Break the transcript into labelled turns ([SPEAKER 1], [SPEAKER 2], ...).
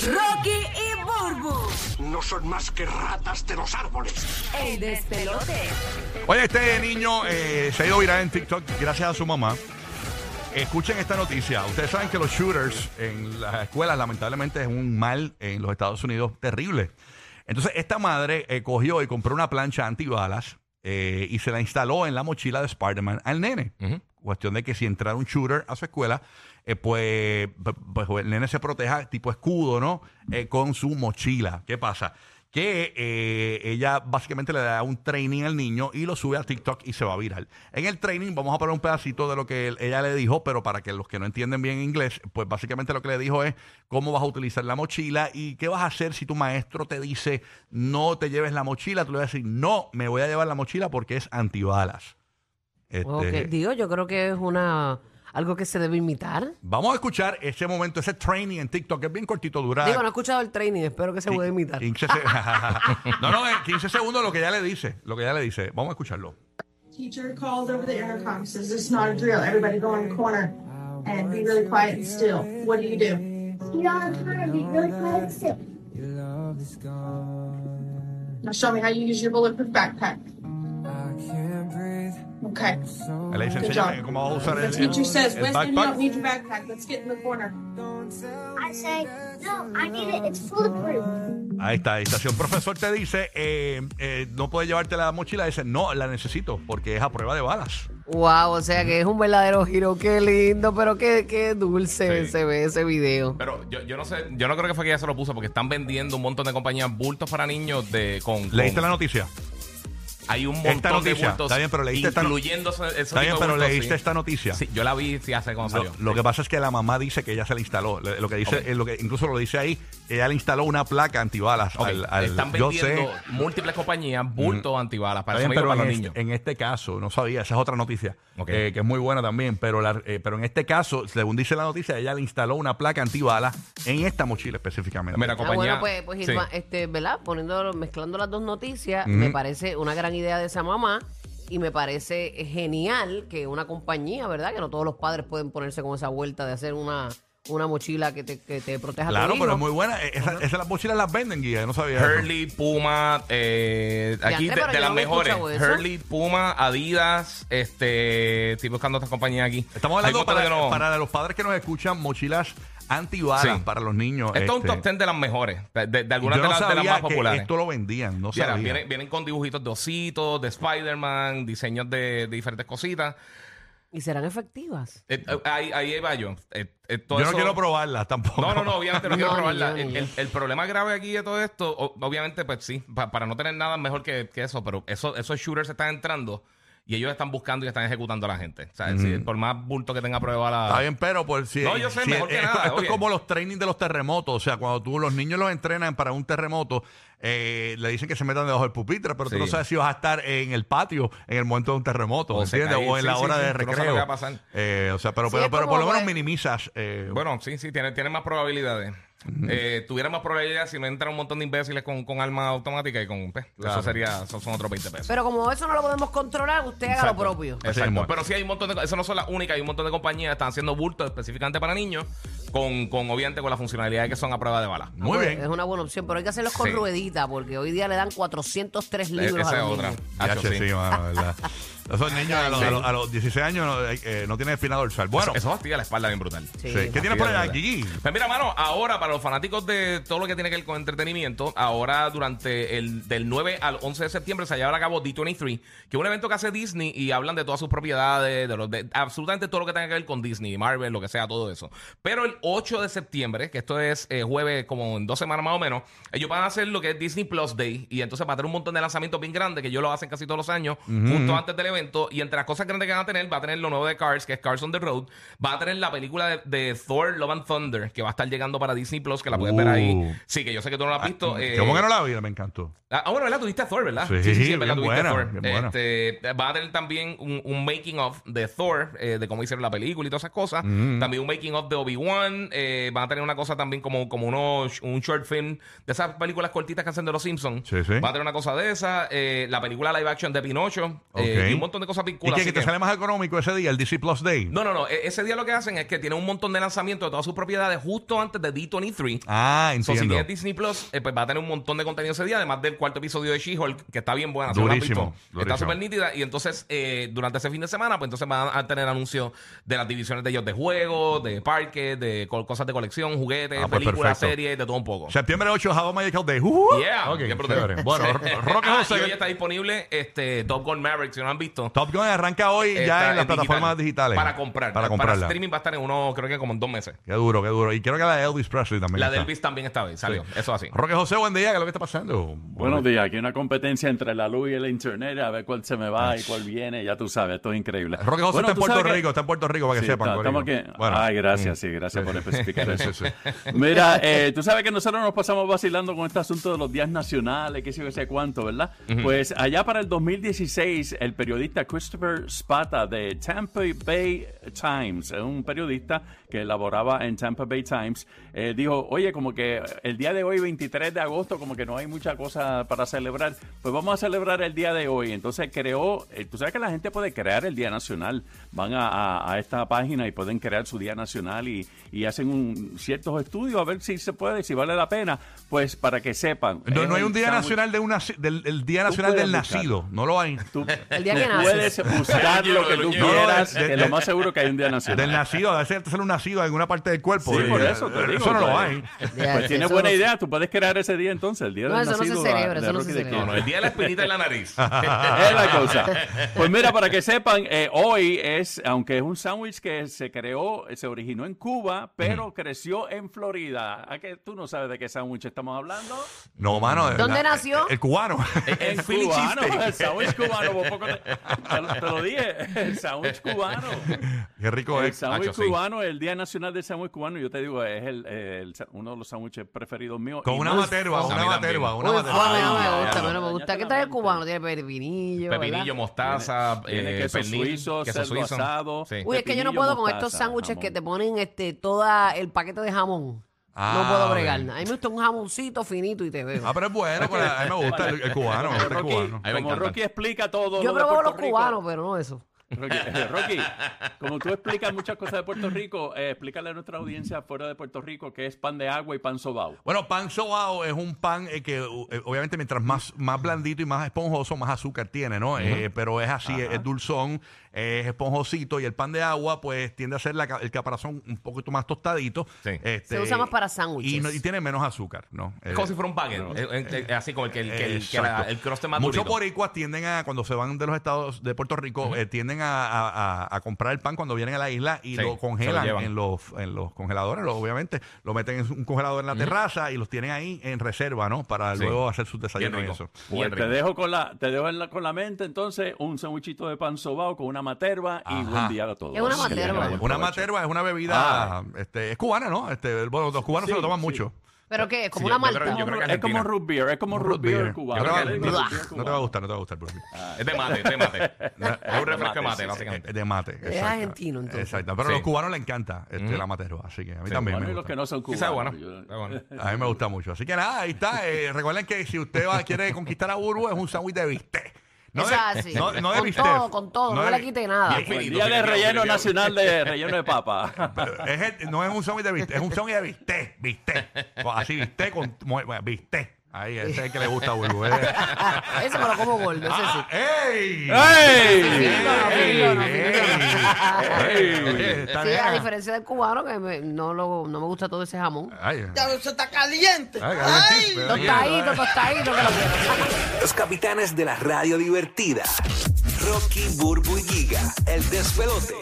[SPEAKER 1] Rocky y Burbu.
[SPEAKER 2] No son más que ratas de los árboles.
[SPEAKER 1] El despelote.
[SPEAKER 3] Oye, este niño eh, se ha ido viral en TikTok gracias a su mamá. Escuchen esta noticia. Ustedes saben que los shooters en las escuelas, lamentablemente, es un mal en los Estados Unidos terrible. Entonces, esta madre eh, cogió y compró una plancha antibalas eh, y se la instaló en la mochila de Spider-Man al nene. Cuestión de que si entrara un shooter a su escuela, eh, pues, p- pues el nene se proteja tipo escudo, ¿no? Eh, con su mochila. ¿Qué pasa? Que eh, ella básicamente le da un training al niño y lo sube a TikTok y se va a viral. En el training vamos a poner un pedacito de lo que él- ella le dijo, pero para que los que no entienden bien inglés, pues básicamente lo que le dijo es cómo vas a utilizar la mochila y qué vas a hacer si tu maestro te dice no te lleves la mochila, tú le vas a decir no, me voy a llevar la mochila porque es antibalas. Este,
[SPEAKER 4] Ok, Digo, yo creo que es una algo que se debe imitar.
[SPEAKER 3] Vamos a escuchar ese momento, ese training en TikTok, que es bien cortito, dura.
[SPEAKER 4] Digo, no he escuchado el training, espero que se pueda imitar.
[SPEAKER 3] 15 se- no, no, eh, 15 segundos lo que ya le dice, lo que ya le dice. Vamos a escucharlo.
[SPEAKER 5] Teacher called over the intercom, says it's not a drill. Everybody go in the corner and be really quiet and still. What do you do?
[SPEAKER 6] You don't have time to be really quiet and still.
[SPEAKER 5] Now show me how you use your bulletproof backpack. Okay.
[SPEAKER 3] Él le dice,
[SPEAKER 5] Good
[SPEAKER 3] enséñame
[SPEAKER 5] job.
[SPEAKER 3] cómo vas a usar
[SPEAKER 5] The
[SPEAKER 3] el,
[SPEAKER 5] teacher says,
[SPEAKER 3] el
[SPEAKER 5] Winston, you don't
[SPEAKER 3] backpack.
[SPEAKER 5] need your backpack. Let's get in the corner.
[SPEAKER 6] I say, no, I need it. It's bulletproof.
[SPEAKER 3] Ahí está, ahí está. Si un profesor te dice, eh, eh, no puedes llevarte la mochila, dice, no, la necesito, porque es a prueba de balas.
[SPEAKER 4] Wow, o sea que es un verdadero giro. Qué lindo, pero qué, qué dulce
[SPEAKER 7] Sí.
[SPEAKER 4] se ve ese video.
[SPEAKER 7] Pero yo, yo no sé, yo no creo que fue que ella se lo puso porque están vendiendo un montón de compañías bultos para niños de con.
[SPEAKER 3] ¿Leíste
[SPEAKER 7] con-
[SPEAKER 3] la noticia?
[SPEAKER 7] Hay un
[SPEAKER 3] esta
[SPEAKER 7] montón de
[SPEAKER 3] noticia,
[SPEAKER 7] bultos.
[SPEAKER 3] está bien, pero leíste esta no-
[SPEAKER 7] incluyendo ese- ese
[SPEAKER 3] Está bien,
[SPEAKER 7] tipo de
[SPEAKER 3] pero
[SPEAKER 7] bultos,
[SPEAKER 3] leíste
[SPEAKER 7] sí.
[SPEAKER 3] esta noticia.
[SPEAKER 7] Sí, yo la vi sí, hace cuando
[SPEAKER 3] Lo,
[SPEAKER 7] salió.
[SPEAKER 3] lo que pasa es que la mamá dice que ella se la instaló. Le- Lo que dice,
[SPEAKER 7] Ok.
[SPEAKER 3] eh, lo que incluso lo dice ahí, que ella le instaló una placa antibalas.
[SPEAKER 7] Ok,
[SPEAKER 3] al- al-
[SPEAKER 7] están
[SPEAKER 3] yo
[SPEAKER 7] vendiendo
[SPEAKER 3] sé. Mm.
[SPEAKER 7] múltiples compañías bultos antibalas para
[SPEAKER 3] Está
[SPEAKER 7] eso
[SPEAKER 3] bien,
[SPEAKER 7] mismo, para
[SPEAKER 3] en,
[SPEAKER 7] los
[SPEAKER 3] este,
[SPEAKER 7] niños.
[SPEAKER 3] en este caso, no sabía, esa es otra noticia,
[SPEAKER 7] Ok.
[SPEAKER 3] eh, que es muy buena también, pero, la- eh, pero en este caso, según dice la noticia, ella le instaló una placa antibala en esta mochila específicamente.
[SPEAKER 7] Mira,
[SPEAKER 4] Ah,
[SPEAKER 7] compañía.
[SPEAKER 4] bueno, pues, pues
[SPEAKER 7] sí.
[SPEAKER 4] Irma, este, ¿verdad? Poniendo, mezclando las dos noticias, me parece una gran idea de esa mamá y me parece genial que una compañía, ¿verdad? Que no todos los padres pueden ponerse con esa vuelta de hacer una, una mochila que te, que te proteja a tu
[SPEAKER 3] claro,
[SPEAKER 4] hijo.
[SPEAKER 3] pero es muy buena. Eh, esa- Esas las mochilas las venden, Guía, yo no sabía. eso.
[SPEAKER 7] Hurley, Puma, eh, aquí
[SPEAKER 4] Diantre,
[SPEAKER 7] de,
[SPEAKER 4] pero
[SPEAKER 7] de
[SPEAKER 4] yo
[SPEAKER 7] las
[SPEAKER 4] no había
[SPEAKER 7] mejores.
[SPEAKER 4] escuchado eso.
[SPEAKER 7] Hurley, Puma, Adidas, este, estoy buscando estas compañías aquí.
[SPEAKER 3] Estamos
[SPEAKER 7] Hay
[SPEAKER 3] hablando
[SPEAKER 7] un montón
[SPEAKER 3] para,
[SPEAKER 7] que no-
[SPEAKER 3] para los padres que nos escuchan, mochilas antibalas
[SPEAKER 7] Sí.
[SPEAKER 3] para los niños.
[SPEAKER 7] Esto es un
[SPEAKER 3] este.
[SPEAKER 7] top 10 de las mejores, de, de- de
[SPEAKER 3] Yo
[SPEAKER 7] algunas
[SPEAKER 3] no
[SPEAKER 7] de, las, de las
[SPEAKER 3] sabía
[SPEAKER 7] más
[SPEAKER 3] que
[SPEAKER 7] populares.
[SPEAKER 3] esto lo vendían, no
[SPEAKER 7] Mira,
[SPEAKER 3] sabía.
[SPEAKER 7] vienen, vienen con dibujitos de ositos, de Spider-Man, diseños de, de diferentes cositas.
[SPEAKER 4] Y serán efectivas.
[SPEAKER 7] Eh, eh, ahí, ahí va yo. Eh, eh, todo
[SPEAKER 3] yo no
[SPEAKER 7] eso-
[SPEAKER 3] quiero probarlas tampoco.
[SPEAKER 7] No, no, no, obviamente no quiero
[SPEAKER 4] No, ni
[SPEAKER 7] probarla.
[SPEAKER 4] yo, ni
[SPEAKER 7] El,
[SPEAKER 4] yo.
[SPEAKER 7] el- el problema grave aquí de todo esto, o- obviamente, pues sí, pa- para no tener nada mejor que, que eso, pero eso, esos shooters están entrando y ellos están buscando y están ejecutando a la gente. O sea, es decir, por más bulto que tenga prueba la.
[SPEAKER 3] Está bien, pero por si.
[SPEAKER 7] No, yo sé,
[SPEAKER 3] si-
[SPEAKER 7] mejor que
[SPEAKER 3] esto,
[SPEAKER 7] nada,
[SPEAKER 3] esto es
[SPEAKER 7] oye.
[SPEAKER 3] como los trainings de los terremotos. O sea, cuando tú los niños los entrenan para un terremoto, eh, le dicen que se metan debajo del pupitre, pero tú
[SPEAKER 7] Sí.
[SPEAKER 3] no sabes si vas a estar en el patio en el momento de un terremoto,
[SPEAKER 7] O se
[SPEAKER 3] ¿entiendes?
[SPEAKER 7] cae,
[SPEAKER 3] o en
[SPEAKER 7] sí,
[SPEAKER 3] la
[SPEAKER 7] sí,
[SPEAKER 3] hora
[SPEAKER 7] sí,
[SPEAKER 3] de
[SPEAKER 7] tú no sabes
[SPEAKER 3] recreo.
[SPEAKER 7] lo que va a pasar.
[SPEAKER 3] Eh, o sea, pero,
[SPEAKER 4] Sí,
[SPEAKER 3] pero,
[SPEAKER 4] es
[SPEAKER 3] pero
[SPEAKER 4] como,
[SPEAKER 3] por lo menos
[SPEAKER 4] pues,
[SPEAKER 3] minimizas. eh,
[SPEAKER 7] Bueno, sí, sí, tiene, tiene más probabilidades. Eh, tuviera más probabilidades si no entran un montón de imbéciles con, con armas automáticas y con. pues,
[SPEAKER 3] Claro.
[SPEAKER 7] Eso sería. Eso son otros 20 pesos.
[SPEAKER 4] Pero como eso no lo podemos controlar, usted haga lo
[SPEAKER 7] Exacto. Eh,
[SPEAKER 4] propio.
[SPEAKER 3] Así mismo
[SPEAKER 7] Exacto.
[SPEAKER 3] es.
[SPEAKER 7] Pero sí hay un montón de. Esas no son las únicas. Hay un montón de compañías que están haciendo bultos específicamente para niños. Con, con obviamente con las funcionalidades que son a prueba de bala.
[SPEAKER 3] muy
[SPEAKER 4] Pues,
[SPEAKER 3] bien.
[SPEAKER 4] Es una buena opción, pero hay que hacerlos con
[SPEAKER 7] Sí.
[SPEAKER 4] ruedita, porque hoy día le dan 403
[SPEAKER 7] E-
[SPEAKER 4] libros
[SPEAKER 7] esa
[SPEAKER 4] a
[SPEAKER 7] es
[SPEAKER 4] los
[SPEAKER 7] otra.
[SPEAKER 4] niños.
[SPEAKER 3] Ya,
[SPEAKER 7] Hacho,
[SPEAKER 3] che,
[SPEAKER 7] sí.
[SPEAKER 3] sí, mano, ¿verdad? Esos niños a los, a los- a los 16 años no, eh, eh, no tienen espina dorsal. Bueno,
[SPEAKER 7] Eso, eso fastidia la espalda bien brutal.
[SPEAKER 3] sí.
[SPEAKER 4] Sí.
[SPEAKER 3] ¿qué tienes por allá,
[SPEAKER 7] Fastidia,
[SPEAKER 3] Gigi?
[SPEAKER 7] Pues mira, mano, ahora para los fanáticos de todo lo que tiene que ver con entretenimiento, ahora durante el del 9 al 11 de septiembre se llevará a cabo D23, que es un evento que hace Disney y hablan de todas sus propiedades, de, los, de absolutamente todo lo que tenga que ver con Disney, Marvel, lo que sea, todo eso. Pero el 8 de septiembre, que esto es eh, jueves como en dos semanas más o menos, ellos van a hacer lo que es Disney Plus Day y entonces va a tener un montón de lanzamientos bien grandes que ellos lo hacen casi todos los años, justo antes del evento. Y entre las cosas grandes que van a tener, va a tener lo nuevo de Cars, que es Cars on the Road. Va a tener la película de, de Thor, Love and Thunder, que va a estar llegando para Disney Plus, que la puedes ver
[SPEAKER 3] Uh. Ah, mm,
[SPEAKER 7] ahí. Sí, que yo sé que tú no la has visto. eh,
[SPEAKER 3] ¿Cómo que no la vi? Me encantó.
[SPEAKER 7] Ah, ah, bueno, ¿verdad? Tuviste a Thor, ¿verdad?
[SPEAKER 3] Sí,
[SPEAKER 7] es
[SPEAKER 3] bien
[SPEAKER 7] verdad, tuviste a
[SPEAKER 3] buena, bien buena.
[SPEAKER 7] Este, va a tener también un, un making of de Thor, eh, de cómo hicieron la película y todas esas cosas.
[SPEAKER 3] Mm.
[SPEAKER 7] También un making of de Obi-Wan. Eh, van a tener una cosa también como, como unos, un short film de esas películas cortitas que hacen de los Simpsons.
[SPEAKER 3] Sí, sí.
[SPEAKER 7] Va a tener una cosa de esa. eh, la película live action de Pinocho. eh,
[SPEAKER 3] Ok.
[SPEAKER 7] y un montón montón de cosas
[SPEAKER 3] ¿Y
[SPEAKER 7] pinculas.
[SPEAKER 3] qué,
[SPEAKER 7] así
[SPEAKER 3] que te
[SPEAKER 7] que-
[SPEAKER 3] sale más económico ese día, el DC Plus Day?
[SPEAKER 7] No, no, no. E- Ese día lo que hacen es que tienen un montón de lanzamientos de todas sus propiedades justo antes de D23.
[SPEAKER 3] Ah,
[SPEAKER 7] So, si
[SPEAKER 3] entiendo.
[SPEAKER 7] tienes Disney Plus, eh, pues va a tener un montón de contenido ese día, además del cuarto episodio de She-Hulk, que está bien buena. si no la has
[SPEAKER 3] Durísimo,
[SPEAKER 7] visto.
[SPEAKER 3] durísimo.
[SPEAKER 7] Está súper nítida. Y entonces, eh, durante ese fin de semana, pues entonces van a tener anuncios de las divisiones de ellos de juegos, de parques, de co- cosas de colección, juguetes,
[SPEAKER 3] Ah, pues,
[SPEAKER 7] películas,
[SPEAKER 3] perfecto.
[SPEAKER 7] series, de todo un poco.
[SPEAKER 3] Septiembre 8, How Magical Day. Uh,
[SPEAKER 7] Yeah,
[SPEAKER 3] ok,
[SPEAKER 7] qué brutal.
[SPEAKER 3] chévere. Bueno, Roque
[SPEAKER 7] Ah,
[SPEAKER 3] José.
[SPEAKER 7] y hoy está disponible este Top Gun Maverick, si no lo han visto.
[SPEAKER 3] Top Gun arranca hoy ya
[SPEAKER 7] Está
[SPEAKER 3] en las plataformas
[SPEAKER 7] digital.
[SPEAKER 3] digitales.
[SPEAKER 7] Para comprar.
[SPEAKER 3] Para comprarla.
[SPEAKER 7] streaming va a estar en uno, creo que como en dos meses.
[SPEAKER 3] Qué duro, qué duro. Y creo que la de Elvis Presley también.
[SPEAKER 7] La de
[SPEAKER 3] está.
[SPEAKER 7] Elvis también esta vez salió. Eso así.
[SPEAKER 3] Roque José, buen día. ¿Qué es lo que está pasando?
[SPEAKER 8] Buenos días, aquí hay una competencia entre la luz y el internet, a ver cuál se me va y cuál viene, ya tú sabes, esto es increíble.
[SPEAKER 3] Roque José
[SPEAKER 8] Bueno,
[SPEAKER 3] está en
[SPEAKER 8] tú sabes
[SPEAKER 3] Puerto
[SPEAKER 8] que-
[SPEAKER 3] Rico, está en Puerto Rico para que
[SPEAKER 8] Sí,
[SPEAKER 3] sepan.
[SPEAKER 8] está- estamos
[SPEAKER 3] Corillo.
[SPEAKER 8] aquí.
[SPEAKER 3] Bueno. Mm.
[SPEAKER 8] Ay, gracias, sí, gracias por especificar eso. Mira, eh, tú sabes que nosotros nos pasamos vacilando con este asunto de los días nacionales, qué sé yo, qué sé cuánto, ¿verdad? Pues allá para el 2016, el periodista Christopher Spata de Tampa Bay Times, eh, un periodista que elaboraba en Tampa Bay Times, eh, dijo, oye, como que el día de hoy, 23 de agosto, como que no hay mucha cosa para celebrar, pues vamos a celebrar el día de hoy. Entonces creó, eh, tú sabes que la gente puede crear el Día Nacional, van a, a- a esta página y pueden crear su Día Nacional y, y hacen un, ciertos estudios a ver si se puede, si vale la pena, pues para que sepan.
[SPEAKER 3] No,
[SPEAKER 8] Es
[SPEAKER 3] no hay un día
[SPEAKER 8] sándwich-
[SPEAKER 3] nacional de una, del el día nacional
[SPEAKER 8] puedes
[SPEAKER 3] del
[SPEAKER 8] buscar.
[SPEAKER 3] nacido. No lo hay.
[SPEAKER 8] Tú,
[SPEAKER 4] El día
[SPEAKER 8] tú
[SPEAKER 4] que naces.
[SPEAKER 8] puedes buscar lo que tú
[SPEAKER 3] No,
[SPEAKER 8] quieras,
[SPEAKER 3] de-
[SPEAKER 8] que
[SPEAKER 3] de-
[SPEAKER 8] lo más seguro que hay un Día Nacional.
[SPEAKER 3] Del nacido, a veces te sale un nacido en alguna parte del cuerpo.
[SPEAKER 8] Sí,
[SPEAKER 3] Y-
[SPEAKER 8] por eso te digo,
[SPEAKER 3] Eso no lo
[SPEAKER 8] pues.
[SPEAKER 3] hay.
[SPEAKER 4] Ya,
[SPEAKER 8] Pues
[SPEAKER 4] sí,
[SPEAKER 8] tienes
[SPEAKER 4] eso
[SPEAKER 8] buena
[SPEAKER 4] no-
[SPEAKER 8] idea, tú puedes crear ese día entonces, el día
[SPEAKER 4] No,
[SPEAKER 8] del
[SPEAKER 4] eso no se
[SPEAKER 8] nacido. a-
[SPEAKER 4] celebra,
[SPEAKER 8] de
[SPEAKER 4] eso no se
[SPEAKER 8] Rocky de
[SPEAKER 4] celebra.
[SPEAKER 8] Quiero.
[SPEAKER 7] No, no, el día de la espinita en la nariz.
[SPEAKER 8] es la cosa. Pues mira, para que sepan, eh, hoy es, aunque es un sándwich que se creó, eh, se originó en Cuba, pero creció en Florida. ¿A que tú no sabes de qué sándwich estamos hablando?
[SPEAKER 3] No, mano. de-
[SPEAKER 4] ¿Dónde
[SPEAKER 3] na-
[SPEAKER 4] nació?
[SPEAKER 3] El cubano.
[SPEAKER 7] El
[SPEAKER 8] El
[SPEAKER 7] Philly
[SPEAKER 8] cubano,
[SPEAKER 7] cheesesteak.
[SPEAKER 8] el sándwich cubano, por poco te, te lo, te lo dije, el sándwich cubano.
[SPEAKER 3] Qué rico
[SPEAKER 8] El
[SPEAKER 3] es.
[SPEAKER 8] sándwich
[SPEAKER 7] Nacho, sí.
[SPEAKER 8] cubano, el Día Nacional del Sándwich Cubano, yo te digo, es el, el sa- uno de los sándwiches preferidos míos.
[SPEAKER 3] Con
[SPEAKER 8] Y
[SPEAKER 3] una
[SPEAKER 8] más-
[SPEAKER 3] materba,
[SPEAKER 7] a mí
[SPEAKER 3] una
[SPEAKER 7] también.
[SPEAKER 3] materba, una
[SPEAKER 4] Uy,
[SPEAKER 3] materba.
[SPEAKER 4] Juan, no ah, me
[SPEAKER 3] Ah,
[SPEAKER 8] Ay,
[SPEAKER 4] gusta,
[SPEAKER 8] ya,
[SPEAKER 4] a mí no
[SPEAKER 8] ya,
[SPEAKER 4] me
[SPEAKER 8] ya
[SPEAKER 4] gusta.
[SPEAKER 8] te
[SPEAKER 4] ¿Qué
[SPEAKER 8] la
[SPEAKER 4] trae el
[SPEAKER 8] mente.
[SPEAKER 4] cubano? Tiene pepinillo, ¿verdad?
[SPEAKER 7] Pepinillo, mostaza,
[SPEAKER 8] Tiene
[SPEAKER 7] eh,
[SPEAKER 8] queso
[SPEAKER 7] pernil,
[SPEAKER 8] suizo,
[SPEAKER 7] queso
[SPEAKER 8] cerdo
[SPEAKER 7] suizo.
[SPEAKER 8] asado.
[SPEAKER 7] Sí.
[SPEAKER 4] Uy, es que yo no
[SPEAKER 8] pepinillo,
[SPEAKER 4] puedo con
[SPEAKER 8] mostaza,
[SPEAKER 4] estos sándwiches que
[SPEAKER 8] jamón.
[SPEAKER 4] te ponen este toda el paquete de jamón.
[SPEAKER 3] Ah,
[SPEAKER 4] no puedo
[SPEAKER 3] ok.
[SPEAKER 4] bregar. A mí me gusta un jamoncito finito y te veo.
[SPEAKER 3] Ah, pero es bueno, pero a mí me gusta el, el cubano, me
[SPEAKER 8] Como
[SPEAKER 3] gusta el
[SPEAKER 8] Rocky-
[SPEAKER 3] cubano.
[SPEAKER 7] Ahí me
[SPEAKER 8] Como
[SPEAKER 7] encanta.
[SPEAKER 8] Rocky explica todo.
[SPEAKER 4] Yo he
[SPEAKER 8] lo de
[SPEAKER 4] probado los
[SPEAKER 8] Puerto Rico.
[SPEAKER 4] cubanos, pero no eso.
[SPEAKER 8] Rocky, eh, Rocky, como tú explicas muchas cosas de Puerto Rico, eh, explícale a nuestra audiencia fuera de Puerto Rico que es pan de agua y pan sobao.
[SPEAKER 3] Bueno, pan sobao es un pan eh, que u- eh, obviamente mientras más, más blandito y más esponjoso, más azúcar tiene, ¿no? Eh, pero es así, es, es dulzón, eh, es esponjosito y el pan de agua pues tiende a ser la ca- el caparazón un poquito más tostadito.
[SPEAKER 7] Sí.
[SPEAKER 3] Este,
[SPEAKER 4] Se usa más para
[SPEAKER 3] Y, no-
[SPEAKER 4] sándwiches.
[SPEAKER 3] y tiene menos azúcar, ¿no?
[SPEAKER 7] Es
[SPEAKER 3] Eh,
[SPEAKER 7] como si fuera un baguette. Eh, eh, eh, así como el que el, que el, que la-
[SPEAKER 3] Exacto.
[SPEAKER 7] el crust es más
[SPEAKER 3] Muchos
[SPEAKER 7] durito.
[SPEAKER 3] boricuas tienden a, cuando se van de los estados de Puerto Rico, eh, tienden a, a- a- a comprar el pan cuando vienen a la isla y
[SPEAKER 7] Sí, se
[SPEAKER 3] lo
[SPEAKER 7] lo
[SPEAKER 3] congelan
[SPEAKER 7] llevan.
[SPEAKER 3] en los, en los congeladores, lo- obviamente. Lo meten en un congelador en la terraza y los tienen ahí en reserva, ¿no? Para
[SPEAKER 7] Sí.
[SPEAKER 3] luego hacer sus
[SPEAKER 7] Bien
[SPEAKER 3] desayunos y
[SPEAKER 7] rico.
[SPEAKER 3] eso.
[SPEAKER 7] Bien
[SPEAKER 8] Pues te
[SPEAKER 7] rico.
[SPEAKER 8] dejo con la, te dejo en la- con la mente entonces un sándwichito de pan sobao con una materba y
[SPEAKER 3] Ajá.
[SPEAKER 8] buen día a todos.
[SPEAKER 4] Es una
[SPEAKER 8] Que tengan
[SPEAKER 4] materba.
[SPEAKER 8] buen
[SPEAKER 3] Una
[SPEAKER 8] provecho.
[SPEAKER 3] materba es una bebida,
[SPEAKER 7] Ah.
[SPEAKER 3] este, es cubana, ¿no? Este, bueno, los cubanos
[SPEAKER 8] Sí,
[SPEAKER 3] se lo toman
[SPEAKER 8] sí.
[SPEAKER 3] mucho.
[SPEAKER 4] ¿Pero qué? ¿Es como una
[SPEAKER 7] Sí, yo creo-
[SPEAKER 4] malta?
[SPEAKER 7] yo creo que
[SPEAKER 8] Es como
[SPEAKER 7] Argentina.
[SPEAKER 8] root beer, es como root
[SPEAKER 3] Root
[SPEAKER 8] beer
[SPEAKER 3] beer.
[SPEAKER 8] cubano.
[SPEAKER 3] No te va-
[SPEAKER 7] Yo
[SPEAKER 8] Es como
[SPEAKER 7] creo
[SPEAKER 8] root
[SPEAKER 7] que-
[SPEAKER 8] beer
[SPEAKER 3] No te va a
[SPEAKER 8] cubano.
[SPEAKER 3] gustar, no te va a gustar. Bruce.
[SPEAKER 7] Es de mate, es de mate. es un refresco de
[SPEAKER 8] mate,
[SPEAKER 7] mate,
[SPEAKER 8] sí,
[SPEAKER 7] básicamente.
[SPEAKER 3] Es de mate. exacto.
[SPEAKER 4] argentino, entonces.
[SPEAKER 3] Exacto. Pero a
[SPEAKER 7] Sí.
[SPEAKER 3] los cubanos le encanta este, la materba, así que a mí también
[SPEAKER 8] Bueno,
[SPEAKER 3] me
[SPEAKER 8] y los
[SPEAKER 3] gusta.
[SPEAKER 8] que no son
[SPEAKER 7] Sí, sabe bueno.
[SPEAKER 8] cubanos.
[SPEAKER 7] Sabe bueno.
[SPEAKER 3] A mí me gusta mucho. Así que nada, ahí está. Eh, recuerden que si usted va, quiere conquistar a Burbu, es un sándwich de bistec. No
[SPEAKER 4] Eso
[SPEAKER 3] de,
[SPEAKER 4] es así.
[SPEAKER 3] No, no de
[SPEAKER 4] Con
[SPEAKER 3] bistec.
[SPEAKER 4] todo, con todo, no
[SPEAKER 3] de-
[SPEAKER 4] le quite nada.
[SPEAKER 7] Bien finito,
[SPEAKER 8] Día de
[SPEAKER 7] finito,
[SPEAKER 8] relleno
[SPEAKER 7] finito.
[SPEAKER 8] nacional de relleno de papa.
[SPEAKER 3] Pero es el- no es un sándwich de bistec, es un sándwich de bistec. Bistec. Con- Así, bistec con. mu- bueno, Bistec. Ahí, ese es el que le gusta a Burbu. eh.
[SPEAKER 4] Ese me lo como gordo, ese sí.
[SPEAKER 3] Ah, ¡Ey!
[SPEAKER 8] ¡Ey!
[SPEAKER 4] Finito, finito, no, finito.
[SPEAKER 3] ¡Ey! Oye, está
[SPEAKER 4] Sí,
[SPEAKER 3] bien.
[SPEAKER 4] a diferencia del cubano, que me- no, lo, no me gusta todo ese jamón.
[SPEAKER 3] Ay,
[SPEAKER 1] Ya, eso está caliente.
[SPEAKER 3] ay, calentísimo. Oye,
[SPEAKER 4] Tostadito, tostadito, que lo quiero.
[SPEAKER 9] Los capitanes de la radio divertida. Rocky, Burbu y Giga. El despelote.